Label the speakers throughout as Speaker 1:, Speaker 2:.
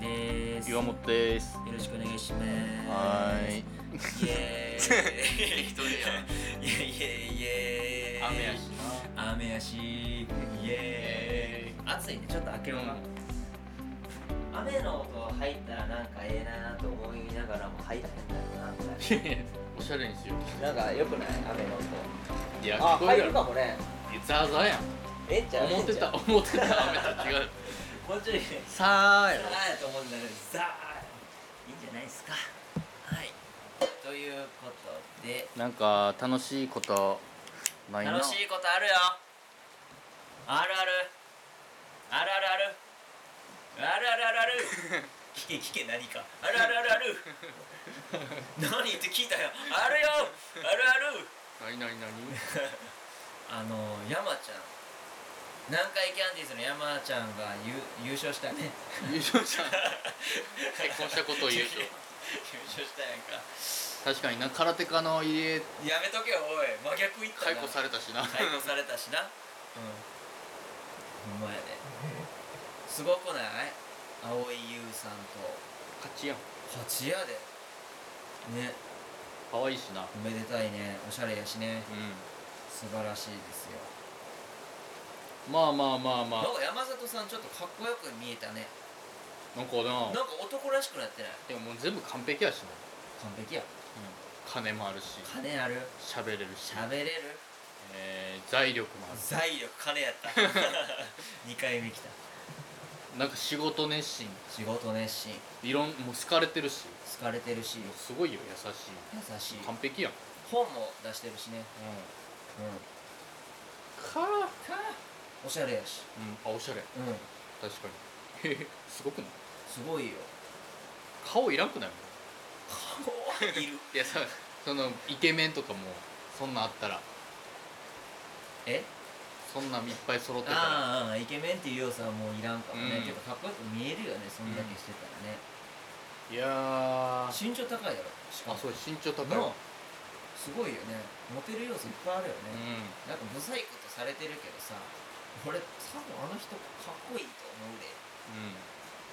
Speaker 1: ですよ
Speaker 2: 岩本です
Speaker 1: ろしくお願いします
Speaker 2: はーい
Speaker 1: イエーイ
Speaker 3: 適当にやな
Speaker 1: イエーイイエーイ
Speaker 3: 雨やし
Speaker 1: 雨やしイエーイ暑いねちょっと開けるな、雨の音入ったらなんかええなと思いながらも入ったんだろうなみたい
Speaker 2: いやいやおしゃれにしよ う
Speaker 1: ななんかよくない雨の音
Speaker 2: いや
Speaker 1: あ
Speaker 2: 聞こえ
Speaker 1: 入
Speaker 2: るや
Speaker 1: る
Speaker 2: ろ
Speaker 1: かもね
Speaker 2: ザーザーやん
Speaker 1: ええんちゃう
Speaker 2: 思ってた思ってた雨と違う
Speaker 1: もうちょい
Speaker 2: さあ
Speaker 1: ザーやと思うんだけどザーいいんじゃないですかはいということで
Speaker 2: なんか楽しいことないな
Speaker 1: 楽しいことあるよあるあるあるあるあるあるあるあるある 聞け聞け何かあるあるあるある 何言って聞いたよあるよあるある
Speaker 2: ないないなに
Speaker 1: あの山ちゃん南海キャンディーズの山ちゃんが優優勝したね
Speaker 2: 優勝した結婚したことを言う
Speaker 1: 優勝したやんか
Speaker 2: 確かにな空手家の家
Speaker 1: やめとけよおい真逆いった
Speaker 2: 解
Speaker 1: な
Speaker 2: 雇されたしな
Speaker 1: 解雇されたしなうんほんまやねすごくない蒼井優さんと
Speaker 2: 勝ちやん
Speaker 1: 八夜でね
Speaker 2: 可愛いしな
Speaker 1: おめでたいねおしゃれやしね
Speaker 2: う
Speaker 1: 素晴らしいですよ
Speaker 2: んまあまあまあま
Speaker 1: なん
Speaker 2: あ
Speaker 1: か山里さんちょっとかっこよく見えたね
Speaker 2: なんかな
Speaker 1: なんか男らしくなってない
Speaker 2: でももう全部完璧やしな、
Speaker 1: 完璧や
Speaker 2: 金もあるし
Speaker 1: 金ある
Speaker 2: 喋れるし、
Speaker 1: 喋れる
Speaker 2: えー財力もある
Speaker 1: 財力金やった 2回目来た
Speaker 2: なんか仕事熱心
Speaker 1: 仕事熱心
Speaker 2: いろんもう好かれてるし
Speaker 1: 好かれてるし
Speaker 2: すごいよ優し
Speaker 1: 優しい
Speaker 2: い完璧やん、うん、
Speaker 1: 本も出してるしねうん
Speaker 2: か
Speaker 1: おしゃれやし
Speaker 2: うんあおしゃれ
Speaker 1: うん
Speaker 2: 確かに へへすごくない
Speaker 1: すごいよ
Speaker 2: 顔いらんくないも
Speaker 1: 顔いる
Speaker 2: んいやさそのイケメンとかもそんなんあったら
Speaker 1: え
Speaker 2: そんなんいっぱい揃ってたら
Speaker 1: ああイケメンっていう要素はもういらんからね、
Speaker 2: うん
Speaker 1: てかかっこよく見えるよねそんだけしてたらね、
Speaker 2: いやー
Speaker 1: 身長高いやろしか
Speaker 2: あ
Speaker 1: も
Speaker 2: そう身長高い
Speaker 1: なあ
Speaker 2: わ
Speaker 1: すごいよねモテる要素いっぱいあるよ
Speaker 2: う
Speaker 1: ね、
Speaker 2: ん
Speaker 1: なんかブサイクとされてるけどさ俺多分あの人かっこいいと思うで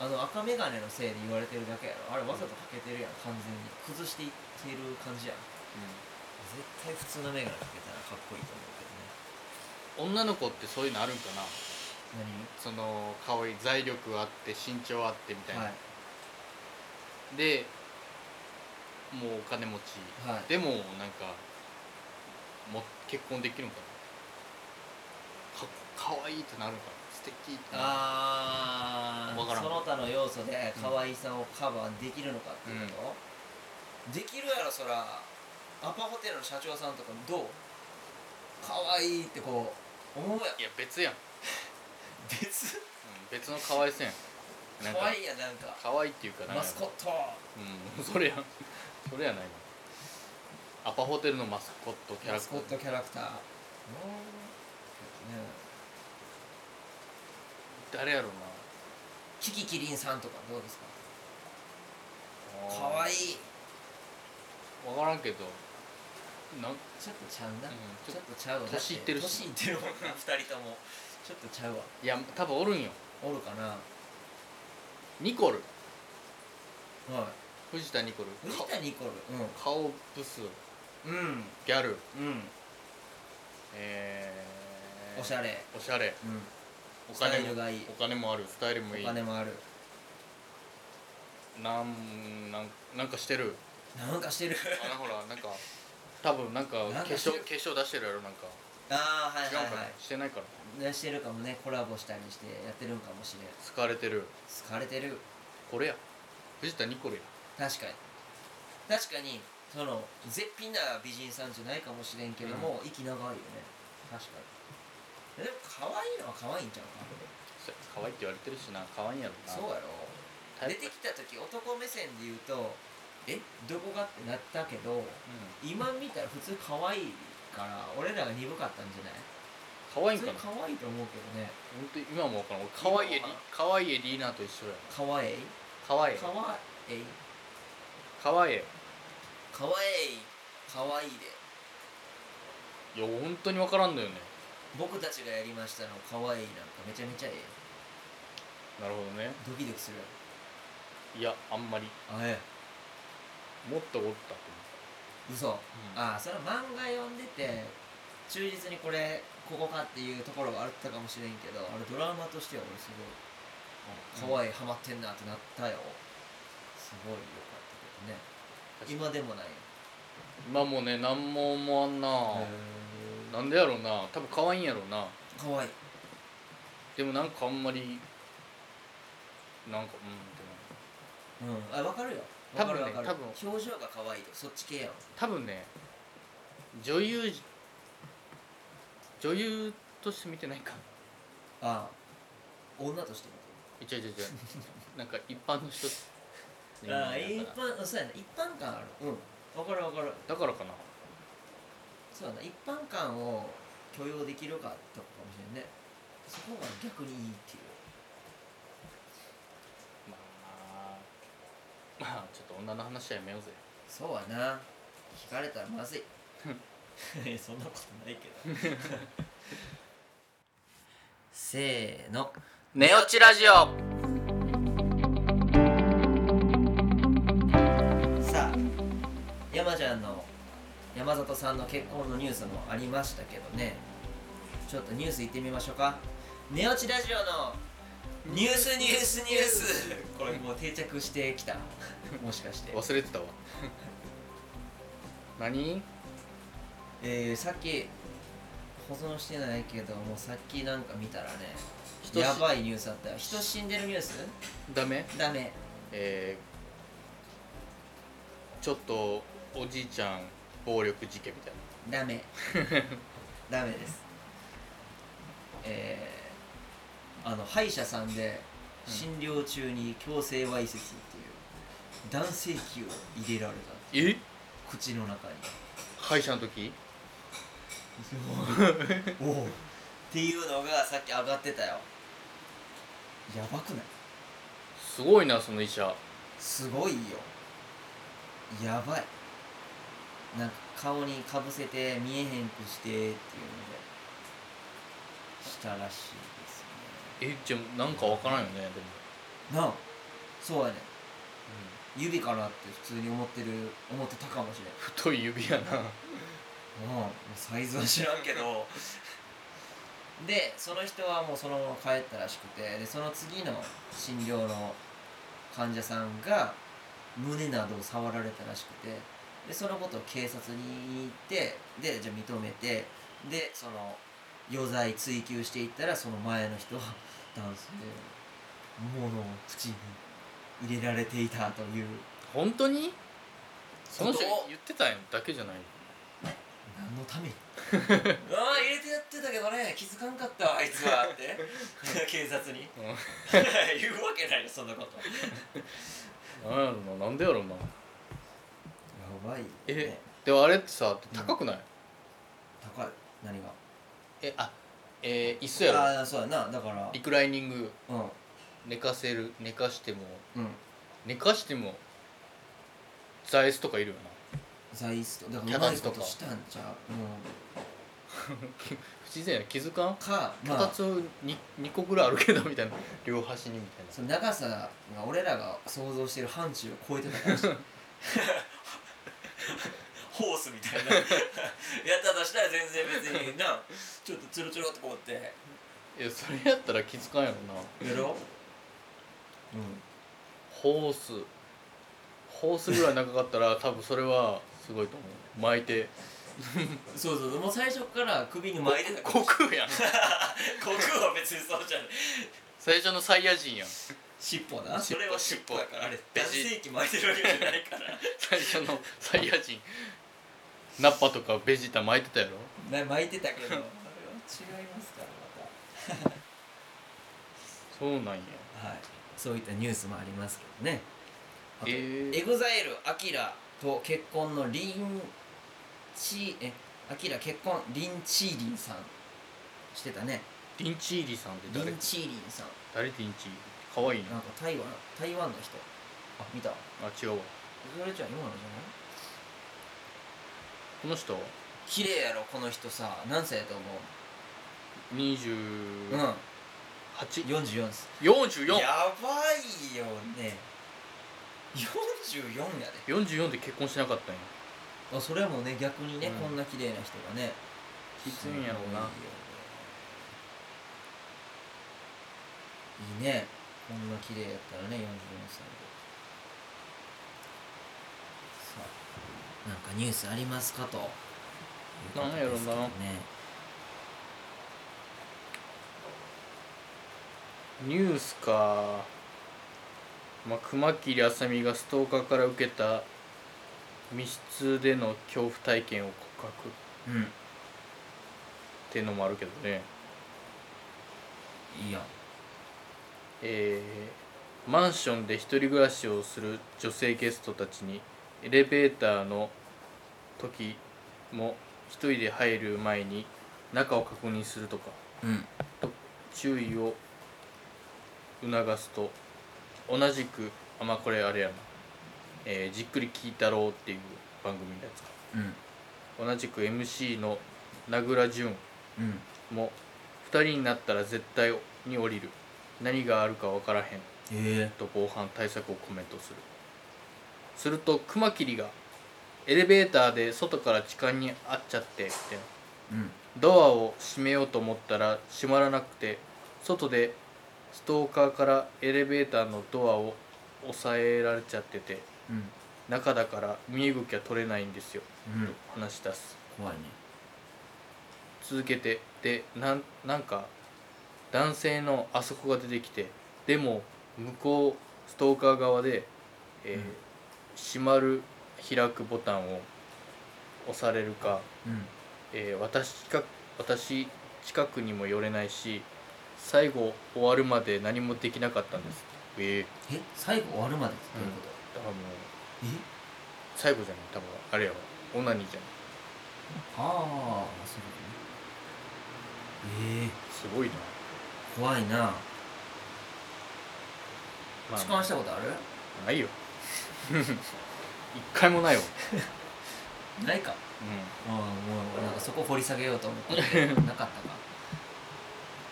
Speaker 1: あの赤眼鏡のせいで言われてるだけやろあれわざとかけてるやん完全に崩していってる感じやん絶対普通の眼鏡かけたらかっこいいと思う
Speaker 2: うん、うん、女の子ってそういうのあるんかな
Speaker 1: けどね
Speaker 2: その顔いい財力あって身長あってみたいな、
Speaker 1: 何はい
Speaker 2: でもうお金持ち、
Speaker 1: はい
Speaker 2: でもなんかも結婚できるんかなかかわいいってなるんかな素敵ってなる
Speaker 1: あ
Speaker 2: わから
Speaker 1: ー
Speaker 2: ん
Speaker 1: その他の要素で可愛さをカバーできるのかっていうこと、できるやろそらアパホテルの社長さんとかどう可愛いってこう思うやん
Speaker 2: いや別やん、うん
Speaker 1: 別
Speaker 2: 別の可愛さやんな ん
Speaker 1: 可
Speaker 2: か
Speaker 1: 愛いやんなんか
Speaker 2: 可愛いっていうかなんか
Speaker 1: マスコット
Speaker 2: うんそれやんそれやないのアパホテルのマスコットキャ
Speaker 1: マ
Speaker 2: ラ
Speaker 1: ス
Speaker 2: ク
Speaker 1: コ
Speaker 2: タ
Speaker 1: ッ
Speaker 2: ー
Speaker 1: トキャラクターうんね
Speaker 2: 誰やろう
Speaker 1: キキキリンさんとかどうですか
Speaker 2: な
Speaker 1: 可愛い
Speaker 2: い分からんけどなん
Speaker 1: ちょっとちゃうな、
Speaker 2: うん
Speaker 1: ち
Speaker 2: ち
Speaker 1: ょ
Speaker 2: ょ
Speaker 1: っとちゃうわ
Speaker 2: 年いってる
Speaker 1: 年
Speaker 2: し
Speaker 1: いってるもんな二人ともちょっとちゃうわ
Speaker 2: いや多分おるんよ
Speaker 1: おるかな
Speaker 2: ニコル
Speaker 1: はい
Speaker 2: 藤田ニコル
Speaker 1: 藤田ニコル
Speaker 2: 顔ブス
Speaker 1: うんうん
Speaker 2: ギャル
Speaker 1: うん
Speaker 2: えー、
Speaker 1: おしゃれ
Speaker 2: おしゃれ
Speaker 1: うん
Speaker 2: お
Speaker 1: スタ
Speaker 2: 金
Speaker 1: イル
Speaker 2: も
Speaker 1: がいい
Speaker 2: お金もあるスタイルもい
Speaker 1: お
Speaker 2: い
Speaker 1: 金もある
Speaker 2: なんなんなんかしてる
Speaker 1: なんかして る
Speaker 2: あなほらなんか多分なんか化
Speaker 1: なんかして
Speaker 2: 粧
Speaker 1: る
Speaker 2: 化粧出してるやろなんか
Speaker 1: ああはい
Speaker 2: 違
Speaker 1: は
Speaker 2: うか
Speaker 1: い
Speaker 2: な、
Speaker 1: はい
Speaker 2: してないから
Speaker 1: ねしてるかもねコラボしたりしてやってるんかもしれん
Speaker 2: 好かれてる
Speaker 1: 好かれてる
Speaker 2: これや藤田ニコルや
Speaker 1: 確かに確かにその絶品な美人さんじゃないかもしれんけども、息長いよね確かにでも可愛いのは可愛いんちゃうか
Speaker 2: そ可愛いって言われてるしな可愛いんやろな
Speaker 1: そうやろ
Speaker 2: タ
Speaker 1: 出
Speaker 2: イプ
Speaker 1: てきた時男目線で言うとえどこがってなったけど
Speaker 2: うん
Speaker 1: 今見たら普通可愛いから俺らが鈍かったんじゃない
Speaker 2: 可愛いん
Speaker 1: 普
Speaker 2: か
Speaker 1: 通
Speaker 2: な
Speaker 1: に
Speaker 2: 本
Speaker 1: 可愛いと思うけどね
Speaker 2: 当に今も分からん俺可愛いエリ
Speaker 1: 今は
Speaker 2: 可愛いエリーナと一緒や
Speaker 1: 可愛い
Speaker 2: 可愛い
Speaker 1: 可愛い
Speaker 2: 可愛い
Speaker 1: 可愛い可愛いで
Speaker 2: いや本当に分からんのよね
Speaker 1: 僕たちがやりましたの可愛いなんかめちゃめちゃええ
Speaker 2: なるほどね
Speaker 1: ドキドキする
Speaker 2: いやあんまり
Speaker 1: あえ
Speaker 2: もっとおったと思った
Speaker 1: 嘘、
Speaker 2: ん
Speaker 1: ああそれは漫画読んでて忠実にこれここかっていうところがあったかもしれんけどあれドラマとしては俺すごい可愛いハマってんなってなったよすごい良かったけどね
Speaker 2: 確か
Speaker 1: 今でもないよ
Speaker 2: に今もね何も思わんな、なんでやろうな多分可愛いんやろうな
Speaker 1: 可愛い
Speaker 2: でもなんかあんまりなんかうんってな
Speaker 1: うんあ分かるよ
Speaker 2: 多
Speaker 1: 分かる
Speaker 2: 分ね
Speaker 1: 分かる、
Speaker 2: 多分
Speaker 1: 表情が可愛いとそっち系やん
Speaker 2: 多分ね女優女優として見てないか
Speaker 1: ああ女として
Speaker 2: 違う違う違うなんか一般の人
Speaker 1: 見てるああ
Speaker 2: ね
Speaker 1: 一
Speaker 2: だから
Speaker 1: 般そうやな一般感あるうん分かる分かる
Speaker 2: だからかな
Speaker 1: そうやな一般感を許容できるかってことかもしれんねそこが逆にいいっていう
Speaker 2: まあまあちょっと女の話はやめようぜ
Speaker 1: そうやな聞かれたらまずいいやそん なことないけど せーの
Speaker 2: 寝落ちラジオ
Speaker 1: さあ山ちゃんの山里さんの結婚のニュースもありましたけどねちょっとニュース行ってみましょうか「寝落ちラジオ」のニュースニュースニュースこれもう定着してきたもしかして
Speaker 2: 忘れてたわ何
Speaker 1: えー、さっき保存してないけどもうさっきなんか見たらね
Speaker 2: 人
Speaker 1: やばいニュースあったよ人死んでるニュース
Speaker 2: ダメ
Speaker 1: ダメ
Speaker 2: えー、ちょっとおじいちゃん暴力事件みたい
Speaker 1: ダメダメですえー、あの歯医者さんで診療中に強制わいせつっていう男性器を入れられた
Speaker 2: なえ
Speaker 1: 口の中に
Speaker 2: 歯医者の時
Speaker 1: お おっていうのがさっき上がってたよやばくない
Speaker 2: すごいなその医者
Speaker 1: すごいよやばいなんか顔にかぶせて見えへんくしてっていうのでしたらしいです
Speaker 2: えじゃあなんかわからんよねでも、
Speaker 1: ねなあそうやね指かなって普通に思ってる思ってたかもしれん
Speaker 2: 太い指やな
Speaker 1: うんもうサイズは知らんけどでその人はもうそのまま帰ったらしくてでその次の診療の患者さんが胸などを触られたらしくてでそのことを警察に行ってでじゃあ認めてでその余罪追及していったらその前の人は男性のものを口に入れられていたという
Speaker 2: 本当にその
Speaker 1: こ
Speaker 2: 人
Speaker 1: とを
Speaker 2: 言ってたんだけじゃない
Speaker 1: 何のために ああ入れてやってたけどね気づかんかったわあいつはって警察に 言うわけないのそんなことや
Speaker 2: なんやろななんでやろな
Speaker 1: ばいよ、ね、
Speaker 2: えでもあれってさ高くない、
Speaker 1: 高い何が
Speaker 2: えあえー、椅子やろ
Speaker 1: ああそうやなだから
Speaker 2: リクライニング
Speaker 1: うん
Speaker 2: 寝かせる寝かしても
Speaker 1: うん
Speaker 2: 寝かしても座椅子とかいるよな
Speaker 1: 座椅子とだから
Speaker 2: キャ
Speaker 1: うま
Speaker 2: バ
Speaker 1: い
Speaker 2: 嬢と
Speaker 1: こ
Speaker 2: か
Speaker 1: としたんちゃう、うん、
Speaker 2: 不自然や気づかん
Speaker 1: かま
Speaker 2: こ
Speaker 1: あ
Speaker 2: たつ 2, 2個ぐらいあるけどみたいな両端にみたいな
Speaker 1: その長さが俺らが想像してる範疇を超えてたかもしれない ホースみた いなやったとしたら全然別になちょっとつるつるってこうって
Speaker 2: いやそれやったら気づかんやろな
Speaker 1: やろう
Speaker 2: ホースホースぐらい長かったら多分それはすごいと思う巻いて
Speaker 1: んそうそうそうもう最初から首に巻いてた
Speaker 2: 悟空やん
Speaker 1: 国空は別にそうじゃない
Speaker 2: 最初のサイヤ人やん
Speaker 1: 尻尾な
Speaker 2: 尻尾
Speaker 1: それは尻尾だからあれ
Speaker 2: ベ
Speaker 1: 男
Speaker 2: ジ
Speaker 1: 性器巻いてるわけじゃないから
Speaker 2: 最初のサイヤ人ナッパとかベジータ巻いてたやろ
Speaker 1: な巻いてたけどあれは違いますからま
Speaker 2: そうなんや
Speaker 1: たはいそういったニュースもありますけどねあと
Speaker 2: え
Speaker 1: エグザイルアキラと結婚のリンチえアキラ結婚リンチーリンさんしてたね
Speaker 2: リンチーリさんって
Speaker 1: リ
Speaker 2: 誰
Speaker 1: ンチーリンさん
Speaker 2: 誰リンチーリかわいい
Speaker 1: な
Speaker 2: なん
Speaker 1: か台湾台湾の人あ見た
Speaker 2: あ違うわ
Speaker 1: それじゃ今のじゃない
Speaker 2: この人は
Speaker 1: 綺麗やろこの人さ何歳やと思う
Speaker 2: 2844
Speaker 1: うん44っす
Speaker 2: 四十四
Speaker 1: やばいよね44やで
Speaker 2: 44で結婚しなかったんや
Speaker 1: あそれもね逆にね、
Speaker 2: うん
Speaker 1: こんな綺麗な人がね
Speaker 2: きついんやろうな
Speaker 1: すごいよねいいねこんな綺麗やったらね44歳でさあなんかニュースありますかということ
Speaker 2: なんやろな
Speaker 1: ですけどね
Speaker 2: ニュースか、まあ、熊切あさみがストーカーから受けた密室での恐怖体験を告白っ
Speaker 1: うん
Speaker 2: ていうのもあるけどね
Speaker 1: いいや
Speaker 2: えーマンションで一人暮らしをする女性ゲストたちにエレベーターの時も一人で入る前に中を確認するとか
Speaker 1: うん
Speaker 2: 注意を促すと同じくあまあこれあれやな、えーじっくり聞いたろうっていう番組のやつか
Speaker 1: うん
Speaker 2: 同じく MC の名倉潤
Speaker 1: うん
Speaker 2: も2人になったら絶対に降りる何があるか分からへん
Speaker 1: え
Speaker 2: と防犯対策をコメントするすると熊切がエレベーターで外から痴漢に遭っちゃってって
Speaker 1: えうん
Speaker 2: ドアを閉めようと思ったら閉まらなくて外でストーカーからエレベーターのドアを押さえられちゃってて
Speaker 1: うん
Speaker 2: 中だから身動きは取れないんですよ
Speaker 1: う
Speaker 2: と
Speaker 1: ん
Speaker 2: 話し出す
Speaker 1: 怖いね
Speaker 2: 続けてでなんなんか男性のあそこが出てきてでも向こうストーカー側で、えー
Speaker 1: うん
Speaker 2: 閉まる開くボタンを押されるか
Speaker 1: うん
Speaker 2: えー私近く私近くにも寄れないし最後終わるまで何もできなかったんですええ
Speaker 1: え最後終わるまでってどういうこと、
Speaker 2: だからもう
Speaker 1: え
Speaker 2: 最後じゃない多分あれやわオナニーじゃ
Speaker 1: あ
Speaker 2: な
Speaker 1: あそういうことねええ
Speaker 2: いすごいな、
Speaker 1: 怖いな
Speaker 2: ま
Speaker 1: 痴漢したことある
Speaker 2: ないよ 一回もないよ、
Speaker 1: ないか
Speaker 2: うん、
Speaker 1: ああもうなんかそこ掘り下げようと思ったけどなかったか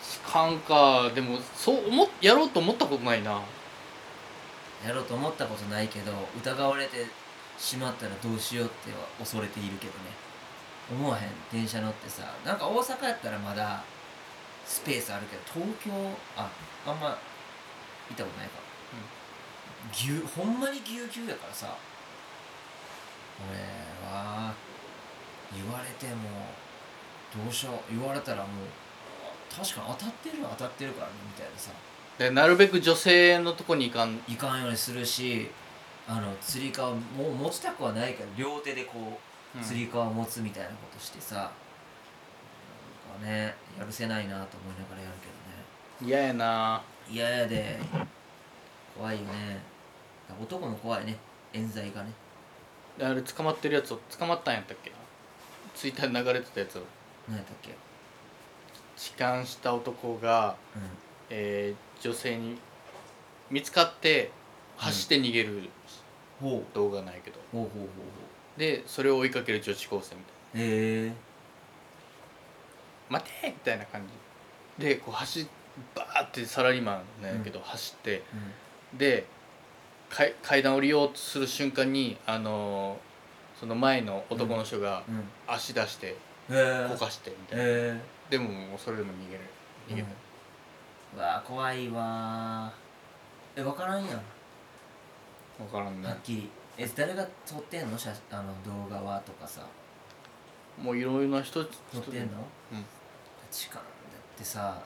Speaker 2: 痴漢かでもそう思っやろうと思ったことないな
Speaker 1: やろうと思ったことないけど疑われてしまったらどうしようっては恐れているけどね思わへん電車乗ってさなんか大阪やったらまだスペースあるけど東京ああんま見たことないか、ぎゅうほんまにぎゅうぎゅうやからさ俺は言われてもどうしよう言われたらもうあ確かに当たってるは当たってるからねみたいなさ
Speaker 2: でなるべく女性のとこに行かん
Speaker 1: いかんようにするしあの釣り革もう持ちたくはないけど両手でこう釣り革を持つみたいなことしてさ、なんかねやるせないなと思いながらやるけ
Speaker 2: 嫌、やな
Speaker 1: どね嫌やで怖いよね男も怖いね冤罪がね
Speaker 2: であれ捕まってるやつを捕まったんやったっけなツイッターに流れてたやつを
Speaker 1: 何やったっけ
Speaker 2: 痴漢した男が、
Speaker 1: う
Speaker 2: えー女性に見つかって走って逃げる
Speaker 1: んほう
Speaker 2: 動画ないけど、
Speaker 1: ほうほうほうほう
Speaker 2: でそれを追いかける女子高生みたい
Speaker 1: へえ
Speaker 2: な「待て!」みたいな感じでこう走っバーってサラリーマンなんやけど、走ってで階階段降りようとする瞬間にあのーその前の男の人が
Speaker 1: うんうん
Speaker 2: 足出して
Speaker 1: へえ
Speaker 2: こかしてみたいな、
Speaker 1: へ
Speaker 2: でももうそれでも逃げる
Speaker 1: え
Speaker 2: 逃げた、
Speaker 1: うん、うわ怖いわえ分からんやん
Speaker 2: 分からん
Speaker 1: は
Speaker 2: ね
Speaker 1: っきりえ誰が撮ってんの写あの動画はとかさ
Speaker 2: もういろいろな人
Speaker 1: 撮ってんの
Speaker 2: うん
Speaker 1: 時間だってさ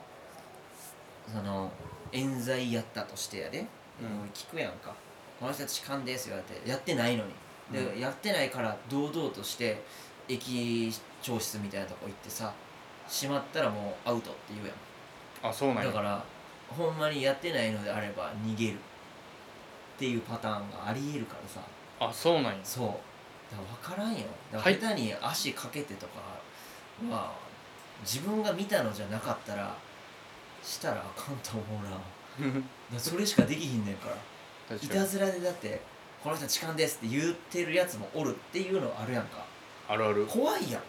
Speaker 1: その冤罪やったとしてやで、
Speaker 2: うん
Speaker 1: もう聞くやんかこの人たち痴漢ですよってやってないのにで、
Speaker 2: うん
Speaker 1: やってないから堂々として駅長室みたいなとこ行ってさしまったらもうアウトって言うやん
Speaker 2: あそうなんや
Speaker 1: だからほんまにやってないのであれば逃げるっていうパターンがありえるからさ
Speaker 2: あそうなんや
Speaker 1: そうだから分からんよだか
Speaker 2: は
Speaker 1: ら
Speaker 2: い
Speaker 1: 下手に足かけてとかまあ自分が見たのじゃなかったらしたらあかんと思 うなだからそれしかできひんねんからい
Speaker 2: 確か
Speaker 1: た
Speaker 2: に
Speaker 1: ずらでだって「この人痴漢です」って言ってるやつもおるっていうのあるやんか
Speaker 2: あるある
Speaker 1: 怖いやん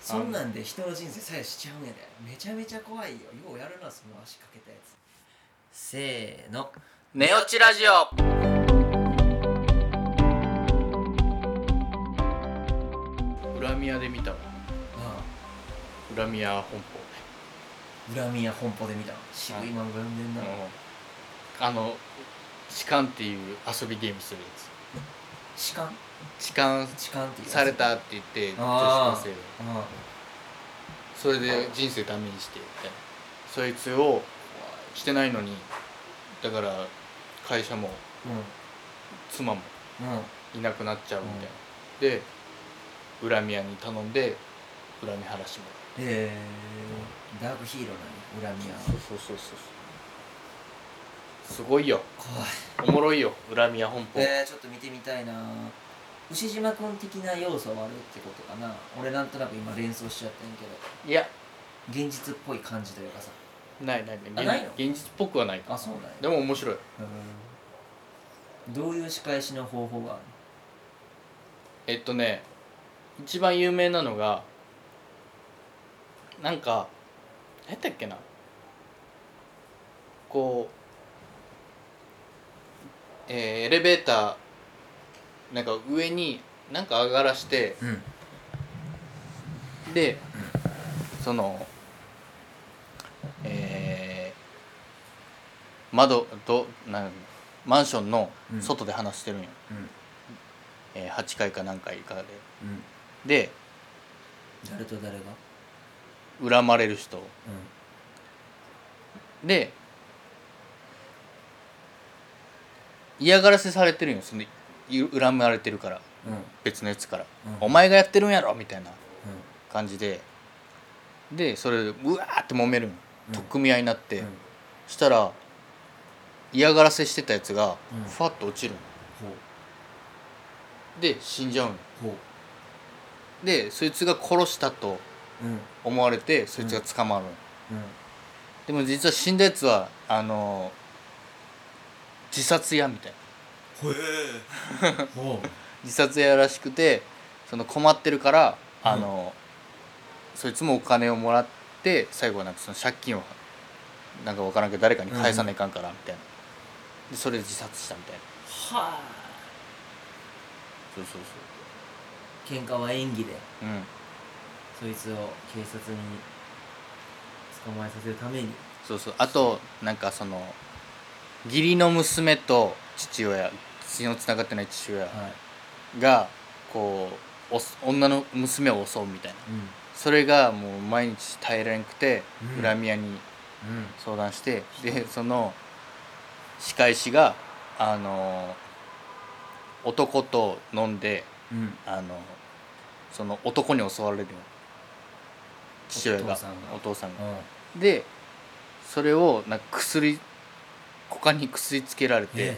Speaker 1: そんなんで人の人生さえしちゃうんやでめちゃめちゃ怖いよようやるなその足かけたやつせーの
Speaker 2: 寝落ちラジオ恨み屋本
Speaker 1: 恨みや本舗で見たの渋い漫画読んでん
Speaker 2: 舗
Speaker 1: な、
Speaker 2: ね、うん、あの痴漢っていう遊びゲームするや
Speaker 1: 痴漢
Speaker 2: つ痴漢
Speaker 1: 痴漢っていうやつ
Speaker 2: されたって言って
Speaker 1: あー
Speaker 2: 女子高生が
Speaker 1: あ
Speaker 2: それで人生ダメにしてみたいなそいつをしてないのにだから会社も
Speaker 1: あ
Speaker 2: 妻も
Speaker 1: うんうん
Speaker 2: いなくなっちゃうみたいな、で恨み屋に頼んで恨み晴らしても
Speaker 1: えー、ダークヒーローなの恨みや
Speaker 2: らうそうそうそうそうすごいよ
Speaker 1: 怖い
Speaker 2: おもろいよ恨み屋本舗、
Speaker 1: えー、ちょっと見てみたいな牛島君的な要素はあるってことかな俺なんとなく今連想しちゃってんけど
Speaker 2: いや
Speaker 1: 現実っぽい感じというかさ
Speaker 2: ないない
Speaker 1: あないの
Speaker 2: 現現実っぽくはないか
Speaker 1: あそうなんや
Speaker 2: でも面白い
Speaker 1: うんどういう仕返しの方法がある
Speaker 2: えっとね一番有名なのがなんか何やったっけなこう、えーエレベーターなんか上になんか上がらして
Speaker 1: のうん
Speaker 2: で、そのえー窓となんマンションの外で話してるんよ、
Speaker 1: うん
Speaker 2: えー8階か何階かで
Speaker 1: うん
Speaker 2: で
Speaker 1: 誰と誰が
Speaker 2: 恨まれる人
Speaker 1: う
Speaker 2: で嫌がらせされてるんよそのい恨まれてるから
Speaker 1: んうん
Speaker 2: 別のやつから、
Speaker 1: うん
Speaker 2: お前がやってるんやろみたいな感じででそれでうわーって揉めるんよ
Speaker 1: うん
Speaker 2: 取っ組み合いになって、
Speaker 1: うんうん
Speaker 2: したら嫌がらせしてたやつが
Speaker 1: うん
Speaker 2: ふわっと落ちるんよ
Speaker 1: ほ
Speaker 2: で死んじゃうんよ
Speaker 1: うほ
Speaker 2: でそいつが殺したと
Speaker 1: ううん
Speaker 2: 思われてそいつが捕まるんよ
Speaker 1: うん
Speaker 2: でも実は死んだやつはあの自殺やみたいな
Speaker 1: ほえほう
Speaker 2: 自殺やらしくてその困ってるからあの、そいつもお金をもらって最後はなんかその借金をなんか分からんけど誰かに返さないかんからみたいな、でそれで自殺したみたいな
Speaker 1: はあ
Speaker 2: そうそう
Speaker 1: 喧嘩は演技で
Speaker 2: そううん
Speaker 1: そいつを警察に捕まえさせるために
Speaker 2: そうそうあとなんかその義理の娘と父親血のつながってない父親
Speaker 1: はい
Speaker 2: がこうおす女の娘を襲うみたいな
Speaker 1: うん
Speaker 2: それがもう毎日耐えられなくて、
Speaker 1: うん
Speaker 2: 恨み屋に
Speaker 1: うん
Speaker 2: 相談してでその仕返しがあの男と飲んで
Speaker 1: うん
Speaker 2: あのその男に襲われるの父親
Speaker 1: お父
Speaker 2: が
Speaker 1: さんが
Speaker 2: お父さんが
Speaker 1: うん
Speaker 2: でそれをなんか薬他に薬つけられて
Speaker 1: え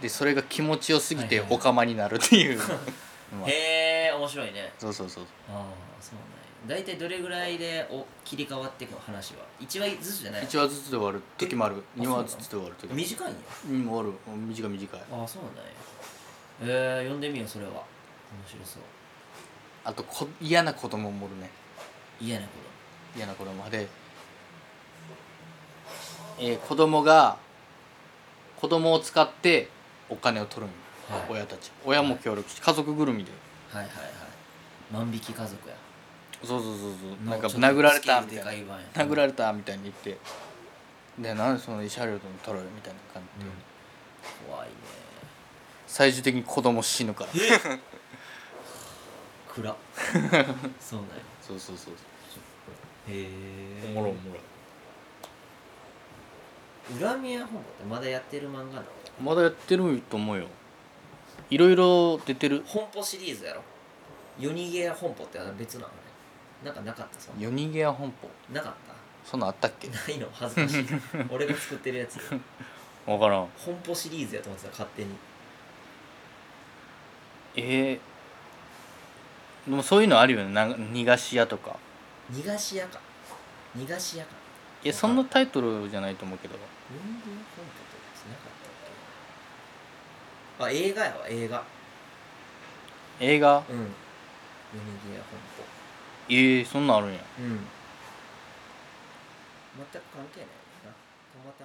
Speaker 2: でそれが気持ちよすぎて
Speaker 1: はいはい
Speaker 2: オカマになるっていうまあ
Speaker 1: へえ面白いね
Speaker 2: そうそうそう
Speaker 1: ああそうなんや大体どれぐらいでお切り替わっていくの話は一話ずつじゃない
Speaker 2: 1話ずつで終わる時もある
Speaker 1: え
Speaker 2: 2話ずつで終わる時もある
Speaker 1: 短いんや
Speaker 2: うん終わる短い短い
Speaker 1: ああそうなんやえー、読んでみようそれは面白そう
Speaker 2: あとこ嫌な子供もおるね
Speaker 1: 嫌なこ
Speaker 2: 嫌な子供で、えー子供が子供を使ってお金を取るんよ、
Speaker 1: はい
Speaker 2: 親たち親も協力して家族ぐるみで
Speaker 1: とはいはいはい万引き家族や
Speaker 2: そうそうそうそうなんか
Speaker 1: ちょっと
Speaker 2: 殴られた
Speaker 1: ス
Speaker 2: み
Speaker 1: ケールで
Speaker 2: た
Speaker 1: か
Speaker 2: い
Speaker 1: い版や
Speaker 2: な殴られたみたいに言ってでなんでその慰謝料でも取るみたいな感じで、
Speaker 1: 怖いね
Speaker 2: 最終的に子供死ぬから
Speaker 1: 暗そうなんや
Speaker 2: そうそうそう
Speaker 1: へ
Speaker 2: お
Speaker 1: え
Speaker 2: もろいおもろい
Speaker 1: 恨みや本舗ってまだやってる漫画なの
Speaker 2: まだやってると思うよいろいろ出てる
Speaker 1: 本舗シリーズやろ夜逃げや本舗ってあれ別なのねなんかなかったそんな
Speaker 2: 夜逃げ屋本舗
Speaker 1: なかっ
Speaker 2: そんなんあったったけ
Speaker 1: ないの恥ずかしい 俺が作ってるやつ
Speaker 2: 分からん
Speaker 1: 本舗シリーズやと思ってた勝手に
Speaker 2: えー、でもそういうのあるよねなん逃がし屋とか
Speaker 1: 逃がし屋か逃がし屋か
Speaker 2: いやそんなタイトルじゃないと思うけど
Speaker 1: 運動本舗ってやつなかったっけあ映画やわ映画
Speaker 2: 映画
Speaker 1: うん夜逃げや本舗
Speaker 2: えー、そんなんあるんや
Speaker 1: うん全く関係ないなたまた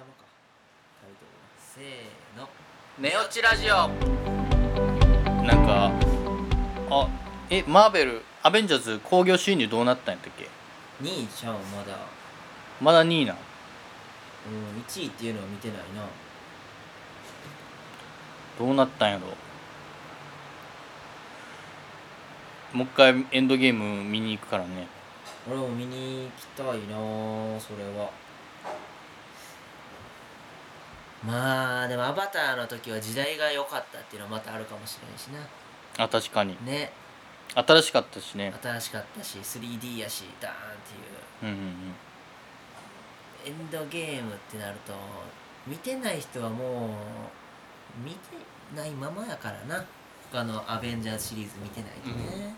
Speaker 1: まかタイトルがせーの
Speaker 2: 寝落ちラジオなんかあえマーベルアベンジャーズ興行収入どうなったんやったっけ
Speaker 1: 2位ちゃうまだ
Speaker 2: まだ2位なん
Speaker 1: うん1位っていうのは見てないな
Speaker 2: どうなったんやろもう一回エンドゲーム見に行くからね
Speaker 1: 俺も見に行きたいなそれはまあでも「アバター」の時は時代が良かったっていうのはまたあるかもしれないしな
Speaker 2: あ確かに
Speaker 1: ね
Speaker 2: 新しかったしね
Speaker 1: 新しかったし 3D やしダーンっていう
Speaker 2: うんうん
Speaker 1: エンドゲームってなると見てない人はもう見てないままやからな他のアベンジャーズシリーズ見てないとね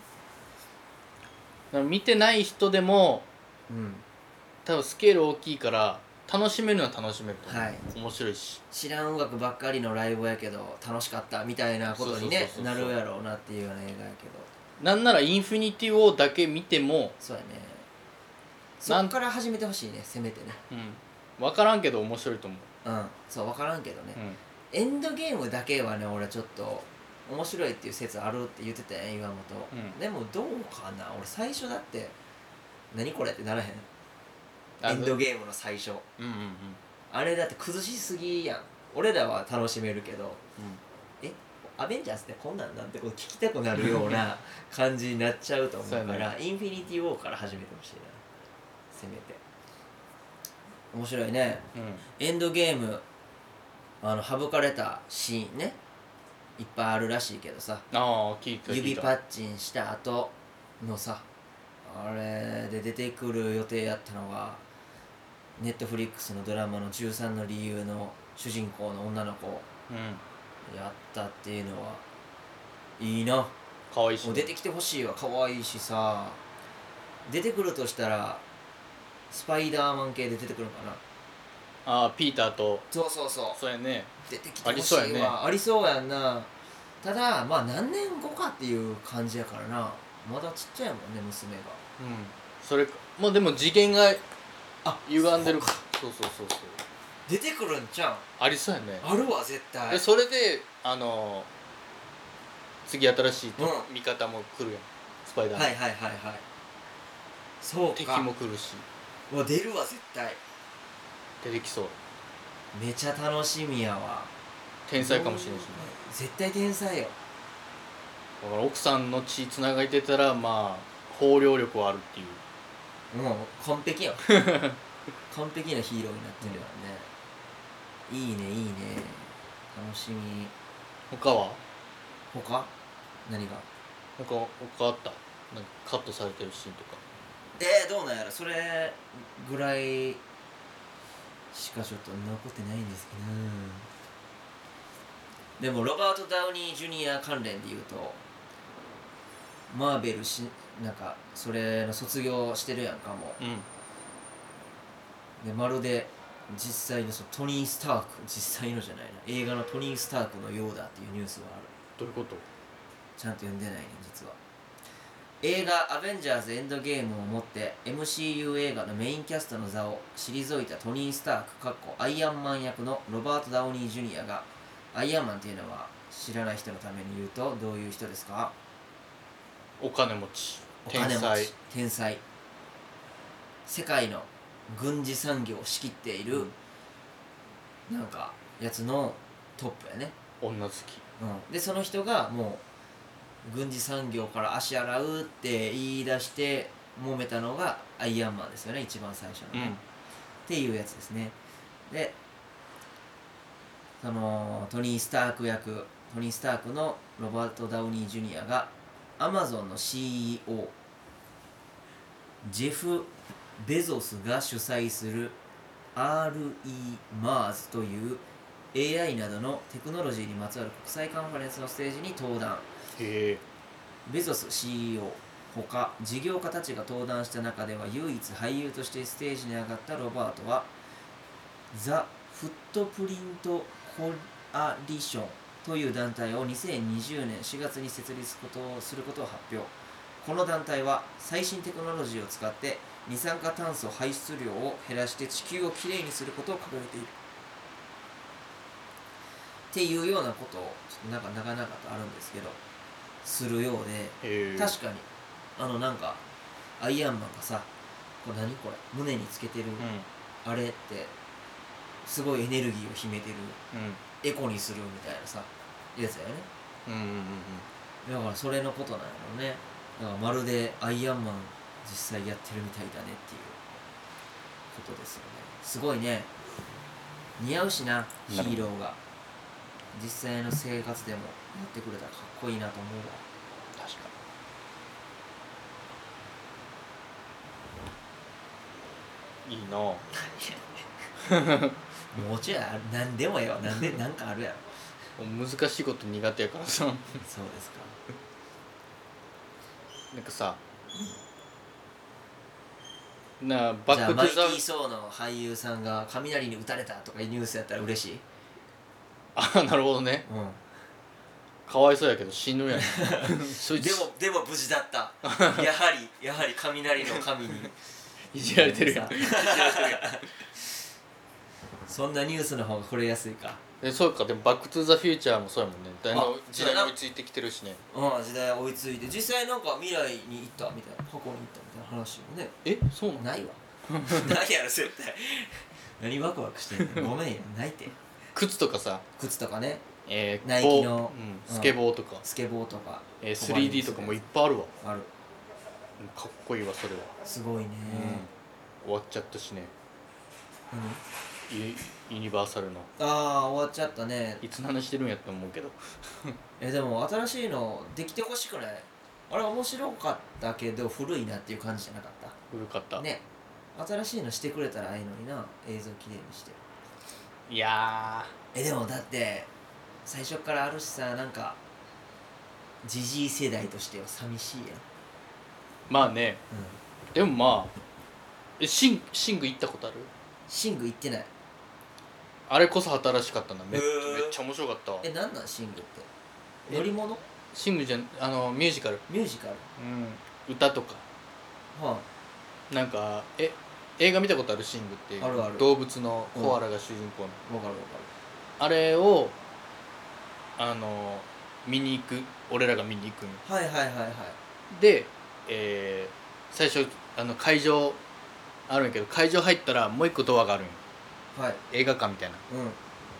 Speaker 2: うん見てない人でも
Speaker 1: うん、
Speaker 2: 多分スケール大きいから楽しめるのは楽しめると思う、
Speaker 1: はい
Speaker 2: 面白いし
Speaker 1: 知らん音楽ばっかりのライブやけど楽しかったみたいなことにね
Speaker 2: そうそうそ
Speaker 1: な
Speaker 2: うそう
Speaker 1: るやろうなっていうような映画やけど
Speaker 2: なんならインフィニティ・ウォーだけ見ても、
Speaker 1: そうやねそ
Speaker 2: なん
Speaker 1: っから始めてほしいねせめてね
Speaker 2: うん、分からんけど面白いと思
Speaker 1: うんそう分からんけどね
Speaker 2: う、う、ん、
Speaker 1: エンドゲームだけはね俺ちょっと面白いっていう説あるって言ってたやん岩本、
Speaker 2: うん
Speaker 1: でもどうかな俺最初だって何これってならへん
Speaker 2: あ
Speaker 1: エンドゲームの最初
Speaker 2: うんうんうんうん
Speaker 1: あれだって崩しすぎやん俺らは楽しめるけどアベンジャーズってこんなんなんてこと聞きたくなるよう な感じになっちゃうと思う
Speaker 2: そ
Speaker 1: か
Speaker 2: うや
Speaker 1: らインフィニティ・ウォーから始めてほしいなせめて面白いね
Speaker 2: うん
Speaker 1: エンドゲームあの省かれたシーンねいっぱいあるらしいけどさ
Speaker 2: ああ聞いた聞いた
Speaker 1: 指パッチンした後のさあれで出てくる予定やったのがネットフリックスのドラマの「13の理由」の主人公の女の子
Speaker 2: うん
Speaker 1: やったっていうのはいいな
Speaker 2: かわいいし
Speaker 1: もう
Speaker 2: ね
Speaker 1: 出てきてほしいわ可愛いしさ出てくるとしたらスパイダーマン系で出てくるのかな
Speaker 2: ああピーターと
Speaker 1: そうそうそう
Speaker 2: そうやね
Speaker 1: 出てきてほしいわあり,、そうやんなただまあ何年後かっていう感じやからなまだちっちゃいもんね娘が
Speaker 2: うんそれかまあでも次元が
Speaker 1: あ
Speaker 2: 歪んでるそうそうそうそう
Speaker 1: 出てくるんちゃ
Speaker 2: ありそうやね
Speaker 1: うんあるわ絶対
Speaker 2: でそれであのー次新しいと、
Speaker 1: う
Speaker 2: 味方も来るやんスパイダーマン、
Speaker 1: はいはいはいはいそう
Speaker 2: 敵
Speaker 1: か
Speaker 2: も来るし
Speaker 1: うわ出るわ絶対
Speaker 2: 出てきそう
Speaker 1: めちゃ楽しみやわ
Speaker 2: 天才かもしれんしね
Speaker 1: 絶対天才よ
Speaker 2: だから奥さんの血つながれてたらまあ包容力はあるっていう
Speaker 1: もう完璧 やん完璧なヒーローになってるよね、いいねいいね楽しみ
Speaker 2: 他は
Speaker 1: 他何が
Speaker 2: 他他あったなんかカットされてるシーンとか
Speaker 1: えー、どうなんやろそれぐらいしかちょっと残ってないんですけどでもロバート・ダウニー・ジュニア関連で言うとマーベルしなんかそれの卒業してるやんかも
Speaker 2: うん
Speaker 1: でまるで実際のそのトニー・スターク実際のじゃないな映画のトニー・スタークのようだっていうニュースはある
Speaker 2: どういうこと
Speaker 1: ちゃんと読んでないね実は映画「アベンジャーズエンドゲーム」をもって MCU 映画のメインキャストの座を退いたトニー・スタークかっこアイアンマン役のロバート・ダウニー・ジュニアがアイアンマンというのは知らない人のために言うとどういう人ですか
Speaker 2: お金持ち
Speaker 1: お
Speaker 2: 天
Speaker 1: 金持
Speaker 2: 才
Speaker 1: ち天才世界の軍事産業を仕切っている、なんかやつのトップやね
Speaker 2: 女好き
Speaker 1: でその人がもう軍事産業から足洗うって言い出して揉めたのがアイアンマンですよね一番最初のね、っ、ていうやつですねでそのトニー・スターク役トニー・スタークのロバート・ダウニー・ジュニアがアマゾンの CEO ジェフ・ベゾスが主催する REMARS という AI などのテクノロジーにまつわる国際カンファレンスのステージに登壇
Speaker 2: へえ
Speaker 1: ベゾス CEO ほか事業家たちが登壇した中では唯一俳優としてステージに上がったロバートはザ・フットプリント・コアリションという団体を2020年4月に設立ことをすることを発表この団体は最新テクノロジーを使って二酸化炭素排出量を減らして地球をきれいにすることを掲げているっていうようなことをちょっとなんか長々とあるんですけどするようで
Speaker 2: へえ
Speaker 1: 確かにあのなんかアイアンマンがさここれ何これ胸につけてる、
Speaker 2: うん
Speaker 1: あれってすごいエネルギーを秘めてるエコにするみたいなさやつだよね
Speaker 2: うんうんうんうん
Speaker 1: だからそれのことなんやろねだからまるでアイアンマン実際やってるみたいだねっていうことですよねすごいね似合うしなヒ
Speaker 2: なるほど
Speaker 1: ーローが実際の生活でもやってくれたらかっこいいなと思うわ
Speaker 2: 確かにいいなあ
Speaker 1: もちろん何でもええわ何で何かあるやろ
Speaker 2: 難しいこと苦手やから
Speaker 1: そ
Speaker 2: さ
Speaker 1: うですか
Speaker 2: なんかさなあバ
Speaker 1: じ
Speaker 2: ッ
Speaker 1: ゃあ
Speaker 2: ク・ト
Speaker 1: マイ
Speaker 2: ゥ・
Speaker 1: テ
Speaker 2: ザ
Speaker 1: ィー・・ソーの俳優さんが雷に打たれたとかいうニュースやったら嬉しい
Speaker 2: あなるほどね
Speaker 1: うん
Speaker 2: かわいそうやけど死ぬ やんそいつ
Speaker 1: でもでも無事だった やはりやはり雷の神に
Speaker 2: いじられ てるやん
Speaker 1: さそんなニュースの方がこれやすいか
Speaker 2: えそうかでも「バック・トゥ・ザ・フューチャー」もそうやもんねだいぶ
Speaker 1: あ
Speaker 2: 時代に追いついてきてるしね
Speaker 1: うん時代追いついて実際なんか未来に行ったみたいな過去に行ったみたいな話もね
Speaker 2: えそうなの
Speaker 1: ないわないやろ絶対何ワクワクしてんのごめんよないって
Speaker 2: 靴とかさ
Speaker 1: 靴とかね
Speaker 2: え
Speaker 1: ナ
Speaker 2: ー、
Speaker 1: イキ
Speaker 2: 棒
Speaker 1: の
Speaker 2: うん、
Speaker 1: うん
Speaker 2: スケボーとか、
Speaker 1: スケボーとか
Speaker 2: えー、3D とかもいっぱいあるわ
Speaker 1: ある
Speaker 2: うんかっこいいわそれは、
Speaker 1: すごいね、
Speaker 2: うん、終わっちゃったしね
Speaker 1: 何
Speaker 2: ユユニバーサルの
Speaker 1: ああ終わっちゃったね
Speaker 2: いつの話してるんやと思うけど
Speaker 1: えでも新しいのできてほしくないあれ面白かったけど古いなっていう感じじゃなかっ
Speaker 2: 古かったた、
Speaker 1: ね新しいのしてくれたらああいうのにな映像きれいにして
Speaker 2: いや
Speaker 1: えでもだって最初からあるしさなんかジジイ世代としては寂しいやん、
Speaker 2: ーまあね
Speaker 1: うん、
Speaker 2: でもまあえシンシング行ったことある
Speaker 1: シング行ってない
Speaker 2: あれこそ新しかったなめっ,、
Speaker 1: へー
Speaker 2: めっちゃ面白かったわ
Speaker 1: えなんなんシングって
Speaker 2: え
Speaker 1: 乗り物
Speaker 2: シングじゃんあのミュージカル、
Speaker 1: ミュージカル
Speaker 2: うん、歌とか
Speaker 1: はい、
Speaker 2: なんかえ映画見たことあるシングっていう
Speaker 1: あるある
Speaker 2: 動物のコアラが主人公の、
Speaker 1: わかるわか
Speaker 2: あれをあの見に行く俺らが見に行くんよ
Speaker 1: るはいはいはいはい
Speaker 2: で、えー最初あの会場あるんやけど会場入ったらもう一個ドアがあるんよ
Speaker 1: はい
Speaker 2: 映画館みたいな
Speaker 1: う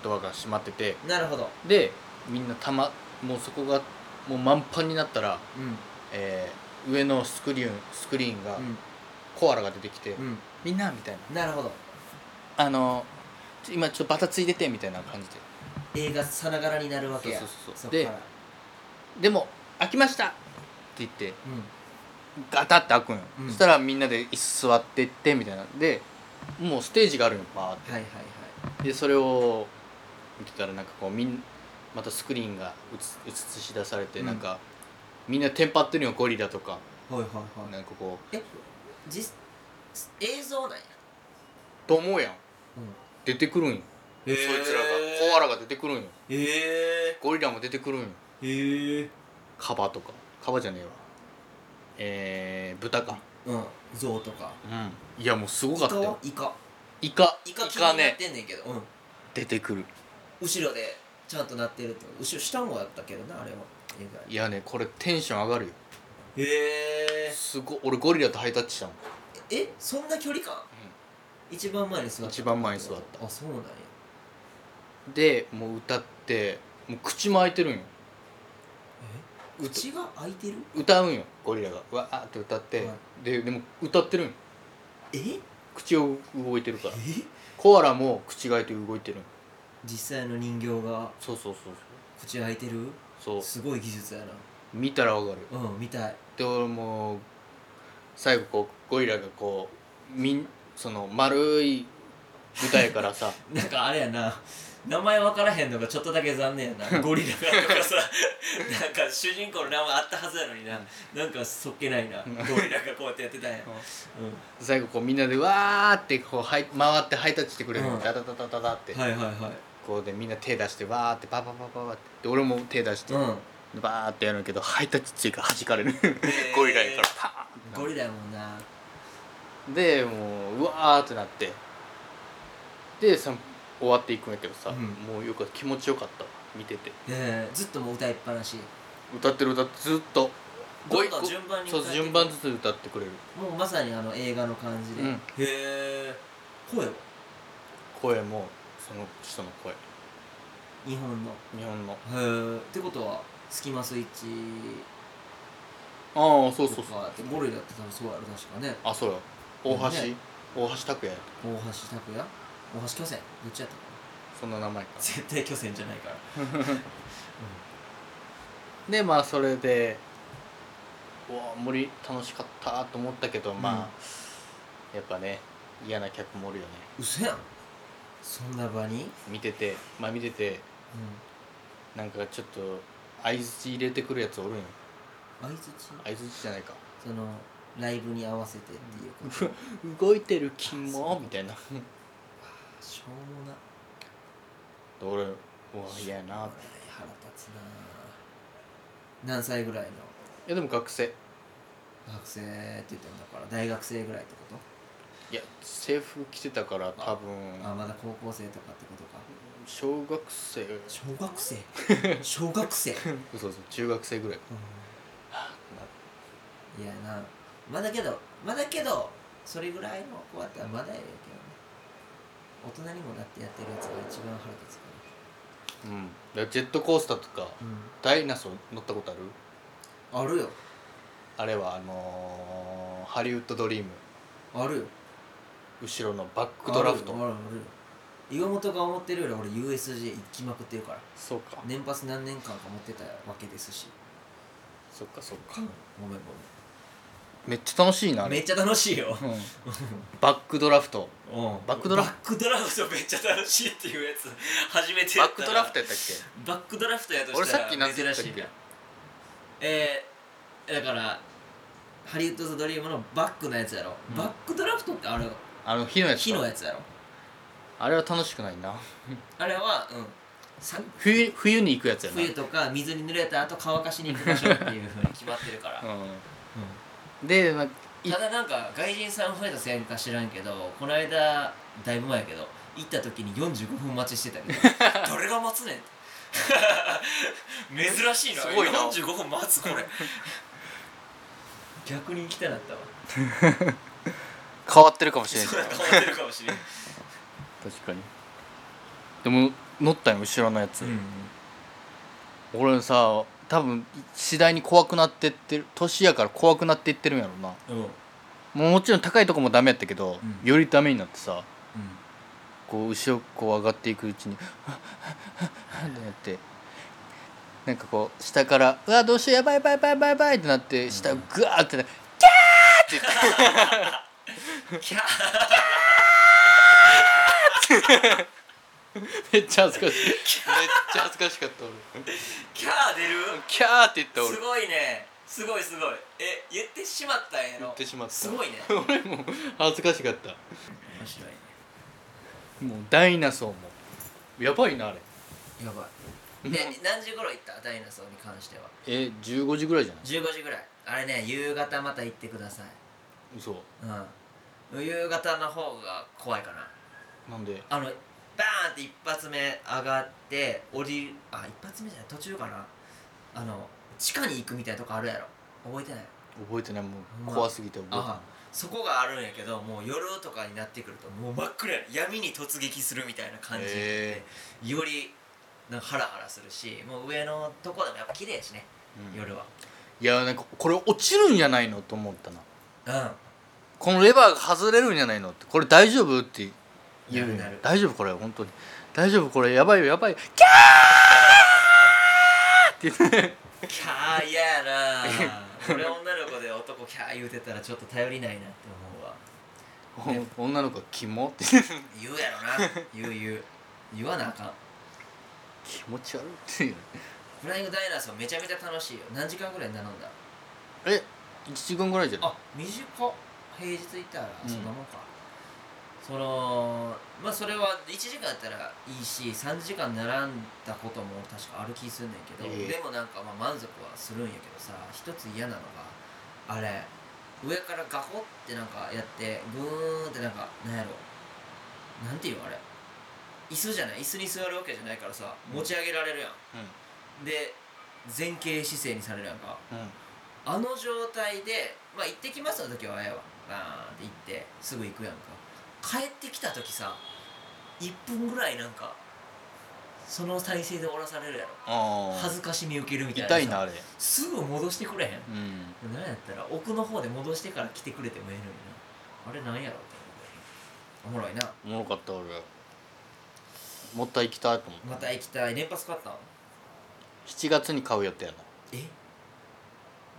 Speaker 2: ドアが閉まってて
Speaker 1: んなるほど
Speaker 2: でみんなたまもうそこがもう満帆になった
Speaker 1: う
Speaker 2: ら、
Speaker 1: ん
Speaker 2: えー上のスクリーンスクリーンが、コアラが出てきて、
Speaker 1: うん
Speaker 2: みんなみたいな
Speaker 1: うんなるほど
Speaker 2: あのちょ今ちょっとバタついててみたいな感じで
Speaker 1: 映画さながらになるわけや
Speaker 2: そうそうそうそう
Speaker 1: っから
Speaker 2: ででも開きましたって言って
Speaker 1: うん
Speaker 2: ガタって開くんよ、
Speaker 1: うん
Speaker 2: そしたらみんなで椅子座ってってみたいなでもうステージがあるんよバーっ
Speaker 1: はいはいはい
Speaker 2: てでそれを見てたらなんかこうみんまたスクリーンが映映し出されて、
Speaker 1: うん
Speaker 2: なんかみんなテンパってるよゴリラとか
Speaker 1: はいはい
Speaker 2: なんかこう
Speaker 1: え実映像なんや、
Speaker 2: と思うや
Speaker 1: うん、
Speaker 2: ん出てくるんよ、
Speaker 1: え
Speaker 2: そいつらがコアラが出てくるんよ
Speaker 1: え
Speaker 2: ゴリラも出てくるんよ
Speaker 1: ー、ええ
Speaker 2: カバとかカバじゃねえわえー、豚か
Speaker 1: うん象とか
Speaker 2: いやもうすごかったよ
Speaker 1: イカは
Speaker 2: イカ
Speaker 1: イカイカ
Speaker 2: イ
Speaker 1: 気にな
Speaker 2: カ
Speaker 1: っ
Speaker 2: ね
Speaker 1: てんねんけど、うん、
Speaker 2: 出てくる
Speaker 1: 後ろでちゃんと鳴ってるってこと後ろ下もやったけどなあれは映画
Speaker 2: いやねこれテンション上がるよ
Speaker 1: え
Speaker 2: すごい俺ゴリラとハイタッチしたもん
Speaker 1: えそんな距離感、一番前に座った
Speaker 2: 一番前に座った
Speaker 1: あそうなんや
Speaker 2: でもう歌ってもう口も開いてるんよ
Speaker 1: え口が開いてる
Speaker 2: 歌うんよゴリラがわーって歌って、
Speaker 1: は
Speaker 2: ででも歌ってるんよ
Speaker 1: え
Speaker 2: 口を動いてるから
Speaker 1: え
Speaker 2: コアラも口が開いて動いてるんよ
Speaker 1: 実際の人形が
Speaker 2: そうそうそう
Speaker 1: 口開いてる
Speaker 2: そうそ
Speaker 1: すごい技術やな
Speaker 2: う見たらわかる
Speaker 1: うん見たい
Speaker 2: で俺もう最後こうゴリラがこうみんその丸い舞台か らさ
Speaker 1: なんかあれやな名前分からへんのがちょっとだけ残念や なゴリラがとかさなんか主人公の名前あったはずやのにななんかそっけないなゴ
Speaker 2: ん
Speaker 1: リラがこうやってやってたんやう
Speaker 2: 最後 こうみんなでわーってこうはい回ってハイタッチしてくれるの、
Speaker 1: うん
Speaker 2: ダダダダダダって、
Speaker 1: んはいはいはい
Speaker 2: こうでみんな手出してわーってパパパパパってで俺も手出して、
Speaker 1: うん
Speaker 2: バーってやるけどハイタッチついから弾かれ る、
Speaker 1: ー
Speaker 2: ゴリラやからパーン
Speaker 1: ゴリラやもんな
Speaker 2: でもううわーってなってでさ終わっていくんやけどさ、
Speaker 1: うん
Speaker 2: もうよく気持ちよかったわ見てて
Speaker 1: えーずっともう歌いっぱなし
Speaker 2: 歌ってる歌ってずっと
Speaker 1: どんどん順番に
Speaker 2: そう
Speaker 1: 変えていく
Speaker 2: 順番ずつ歌ってくれる
Speaker 1: もうまさにあの映画の感じで、
Speaker 2: うん
Speaker 1: へえ声は
Speaker 2: 声もその人の声
Speaker 1: 日本の
Speaker 2: 日本の
Speaker 1: へえってことはスキマスイッチ
Speaker 2: ああそう
Speaker 1: と
Speaker 2: そうそう
Speaker 1: かって5類だって多分そうやろ確かね
Speaker 2: あそうや大橋、
Speaker 1: ね
Speaker 2: 大橋拓也や
Speaker 1: 大橋拓也大橋巨泉どっちやったかな
Speaker 2: そんな名前か
Speaker 1: 絶対巨泉じゃないから
Speaker 2: でまあそれでうわ森楽しかったと思ったけどまあ、やっぱね嫌な客もおるよね
Speaker 1: うそやんそんな場に
Speaker 2: 見ててまあ見ててなんかちょっと相槌入れてくるやつおるんよ
Speaker 1: 相づち
Speaker 2: 相槌じゃないか
Speaker 1: そのライブに合わせてっていう こと
Speaker 2: 動いてる金もみたいな
Speaker 1: しょうもな
Speaker 2: 俺うわ嫌やな
Speaker 1: 腹立つな何歳ぐらいの
Speaker 2: いやでも学生
Speaker 1: 学生って言ったんだから大学生ぐらいってこ
Speaker 2: いや制服着てたから多分
Speaker 1: とあまだ高校生とかってことか
Speaker 2: 小学生
Speaker 1: 小学 生小学 生
Speaker 2: そうそう中学生ぐらい
Speaker 1: いやなまだけどまだけどそれぐらいの子だったらまだやけどね大人にもなってやってるやつが一番腹立つか
Speaker 2: うんだからジェットコースターとか、ダイナソー乗ったことあ
Speaker 1: ら、あ
Speaker 2: る
Speaker 1: るよ
Speaker 2: あれはあのーハリウッドドリーム
Speaker 1: あるよ
Speaker 2: 後ろのバックドラフ
Speaker 1: あ
Speaker 2: ト
Speaker 1: るよあるよあるよ岩本が思ってるより俺 USJ 行きまくってるから
Speaker 2: そうか
Speaker 1: 年パス何年間か持ってたわけですし
Speaker 2: そっかそっか
Speaker 1: ごめん
Speaker 2: めっちゃ楽しいな
Speaker 1: ごめ
Speaker 2: あ
Speaker 1: んめ
Speaker 2: れ
Speaker 1: っちゃ楽しいよ
Speaker 2: うんバックドラフト
Speaker 1: うん
Speaker 2: バックドラフ
Speaker 1: バックドラフトめっちゃ楽しいっていうやつ初めて
Speaker 2: バ
Speaker 1: や
Speaker 2: ッ
Speaker 1: った
Speaker 2: クドラフトやったっけ
Speaker 1: バックドラフトやと
Speaker 2: 俺
Speaker 1: した
Speaker 2: さっき
Speaker 1: ら
Speaker 2: 何て
Speaker 1: 珍
Speaker 2: 言ったっ
Speaker 1: しい
Speaker 2: け
Speaker 1: なえー、だからハリウッド・ザ・ドリームのバックのやつやろ、
Speaker 2: うん
Speaker 1: バックドラフトってあれ
Speaker 2: あの火のやつ
Speaker 1: 火の
Speaker 2: か
Speaker 1: やつやろ
Speaker 2: あれは楽しくないな
Speaker 1: あれはうんさ
Speaker 2: 冬冬に行くやつやな
Speaker 1: 冬とか水に濡れた後乾かしに行きましょうっていうふ うに決まってるから、
Speaker 2: うんでまあい
Speaker 1: ただなんか外人さん増えたせんか知らんけどこの間だいぶ前やけど行った時に45分待ちしてたけ ど誰が待つねんって 珍しいな
Speaker 2: すごいな
Speaker 1: 45分待つこれ 逆に行きたなったわ
Speaker 2: 変わってるかもしれない
Speaker 1: それは変わってるかもしれん
Speaker 2: 確かにでも乗ったよ後ろのやつ、俺さ多分次第に怖くなってってる年やから怖くなっていってるんやろな
Speaker 1: うんうん
Speaker 2: もうもちろん高いとこもダメやったけど、
Speaker 1: うん
Speaker 2: よりダメになってさこう後ろこう上がっていくうちに「ってなってなんかこう下から「うわどうしようやばいやばいやばいやばいやばい」ってなって下グワーってなキャー!」って言って
Speaker 1: キャー
Speaker 2: めっちゃ恥ずかしいめっちゃ恥ずかしかった俺
Speaker 1: キャー出る
Speaker 2: キャーって言った俺
Speaker 1: すごいねすごいすごいえ言ってしまったんやろ
Speaker 2: 言ってしまった
Speaker 1: すごいね
Speaker 2: 俺も恥ずかしかった
Speaker 1: 面白いね
Speaker 2: もうダイナソーもやばいなあれ
Speaker 1: やばいで何時頃行ったダイナソーに関しては
Speaker 2: え15時ぐらいじゃない
Speaker 1: 15時ぐらいあれね夕方また行ってください
Speaker 2: 嘘
Speaker 1: うん夕方の方が怖いかな
Speaker 2: なんで
Speaker 1: あのバーンって一発目上がって降りるあ一発目じゃない途中かなあの地下に行くみたいなとこあるやろ覚えてない
Speaker 2: 覚えてないも
Speaker 1: ほん
Speaker 2: う
Speaker 1: ま
Speaker 2: 怖すぎて覚えて
Speaker 1: あそこがあるんやけどもう夜とかになってくるともう真っ暗や闇に突撃するみたいな感じになって
Speaker 2: へ
Speaker 1: よりなんかハラハラするしもう上のとこでもやっぱ綺麗やしね、
Speaker 2: ない、
Speaker 1: 夜は
Speaker 2: うん、いやなんかこれ落ちるんじゃないのと思ったな
Speaker 1: うん
Speaker 2: このレバーが外れるんじゃないのってこれ大丈夫って言うよ
Speaker 1: なるなる
Speaker 2: 大丈夫これ本当に大丈夫これやばいよやばいよキャー って言って
Speaker 1: キャー嫌やな 俺女の子で男キャー言うてたらちょっと頼りないなって思うわ
Speaker 2: お女の子が「キモ」って
Speaker 1: 言うやろな 言う言う言わなあかん
Speaker 2: 気持ち悪いっていう
Speaker 1: フライングダイナソーめちゃめちゃ楽しいよ何時間ぐらい並んだ
Speaker 2: え一時間ぐらいじゃない
Speaker 1: あ短っ平日行ったら
Speaker 2: うん
Speaker 1: そんなもんか、そのまあそれは1時間やったらいいし3時間並んだことも確かある気すんねんけど、
Speaker 2: ええ
Speaker 1: でもなんかまあ満足はするんやけどさ一つ嫌なのがあれ上からガホってなんかやってブーンってなんかなんやろなんていうのあれ椅子じゃない椅子に座るわけじゃないからさ持ち上げられるやんで前傾姿勢にされるやんか
Speaker 2: うん、うん
Speaker 1: あの状態で「まあ行ってきます」の時はあやわバーンって行ってすぐ行くやんか帰ってきた時さ1分ぐらいなんかその体勢で降らされるやろ
Speaker 2: ああ
Speaker 1: 恥ずかしみ受けるみたいなさ
Speaker 2: 痛いなあれ
Speaker 1: すぐ戻してくれへん
Speaker 2: うん
Speaker 1: なんやったら奥の方で戻してから来てくれてもええのになあれなんやろって思うよねおもろいな
Speaker 2: おもろかった俺もったいきたいと思った
Speaker 1: また行きたい連発買ったん
Speaker 2: 7月に買う予定やな
Speaker 1: え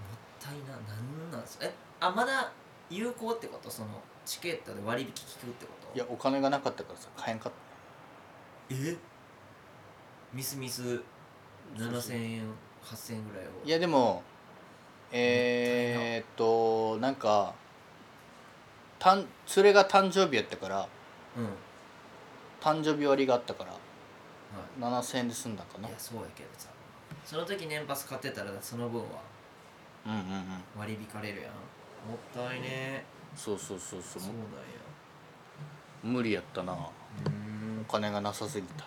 Speaker 1: もったいななんなんすえあまだ有効ってことそのチケットで割引聞くってこと
Speaker 2: いやお金がなかったからさ買えんかっ
Speaker 1: えミスミス7000円8000円ぐらいを
Speaker 2: たいやでもえー、っとなんかたん連れが誕生日やったから
Speaker 1: うんは
Speaker 2: 誕生日割があったから7000円で済んだんか
Speaker 1: い
Speaker 2: ない
Speaker 1: やそうやけどさその時年パス買ってたらその分は
Speaker 2: うんうんうん
Speaker 1: 割り引かれるやんもったいね
Speaker 2: そうそうそうそう
Speaker 1: そうなんや
Speaker 2: 無理やったな
Speaker 1: うーん
Speaker 2: お金がなさすぎた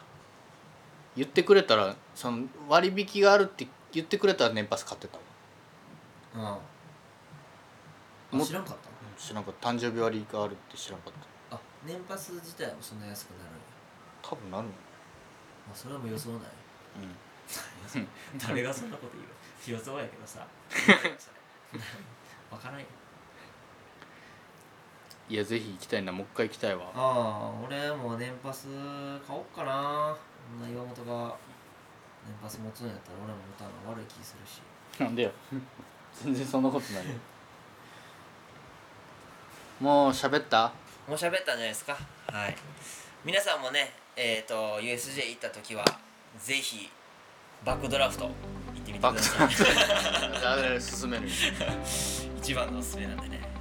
Speaker 2: 言ってくれたらその割引があるって言ってくれたら年パス買ってたわ
Speaker 1: ああ
Speaker 2: も
Speaker 1: 知らんかった
Speaker 2: 知らんかった誕生日割があるって知らんかっ
Speaker 1: あ年パス自体もそんな安くなるんや
Speaker 2: た多分なるの
Speaker 1: まあそれはもう予想ない
Speaker 2: うん
Speaker 1: 誰がそんなこと言う予想やけど さわからんよ
Speaker 2: いやぜひ行きたいなもう一回行きたいわ
Speaker 1: ああ俺もう年パス買おっかなこんな岩本が年パス持つんやったら俺も持たの悪い気するし
Speaker 2: なんでよ 全然そんなことないよもう喋った
Speaker 1: もう喋ったんじゃないですかはい皆さんもねえっ、と USJ 行った時はぜひバックドラフト行ってみてください
Speaker 2: あれ進める
Speaker 1: 一番のおすすめなんでね